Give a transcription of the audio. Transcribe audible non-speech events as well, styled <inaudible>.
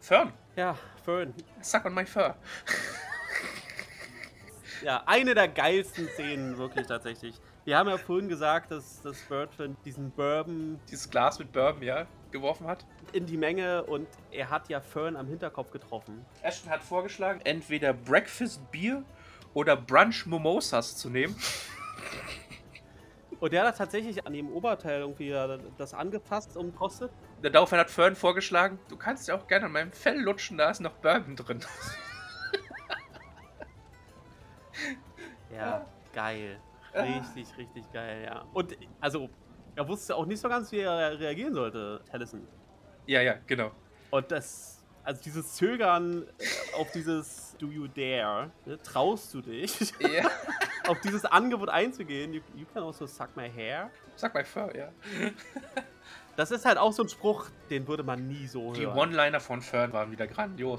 Fern. Ja, Fern. Suck on my fur. Ja, eine der geilsten Szenen wirklich tatsächlich. Wir haben ja vorhin gesagt, dass, dass Birdfin diesen Bourbon Dieses Glas mit Bourbon, ja, geworfen hat. in die Menge und er hat ja Fern am Hinterkopf getroffen. Ashton hat vorgeschlagen, entweder Breakfast Bier oder Brunch Mimosas zu nehmen. Und der hat tatsächlich an dem Oberteil irgendwie das angepasst und kostet. Daraufhin hat Fern vorgeschlagen, du kannst ja auch gerne an meinem Fell lutschen, da ist noch Bourbon drin. <laughs> Ja, geil. Richtig, richtig geil, ja. Und also, er wusste auch nicht so ganz, wie er reagieren sollte, Tellison. Ja, ja, genau. Und das, also dieses Zögern auf dieses Do you dare, ne, traust du dich, <laughs> Ja. auf dieses Angebot einzugehen, you, you can also suck my hair. Suck my fur, ja. Das ist halt auch so ein Spruch, den würde man nie so hören. Die One-Liner von Fern waren wieder grandios.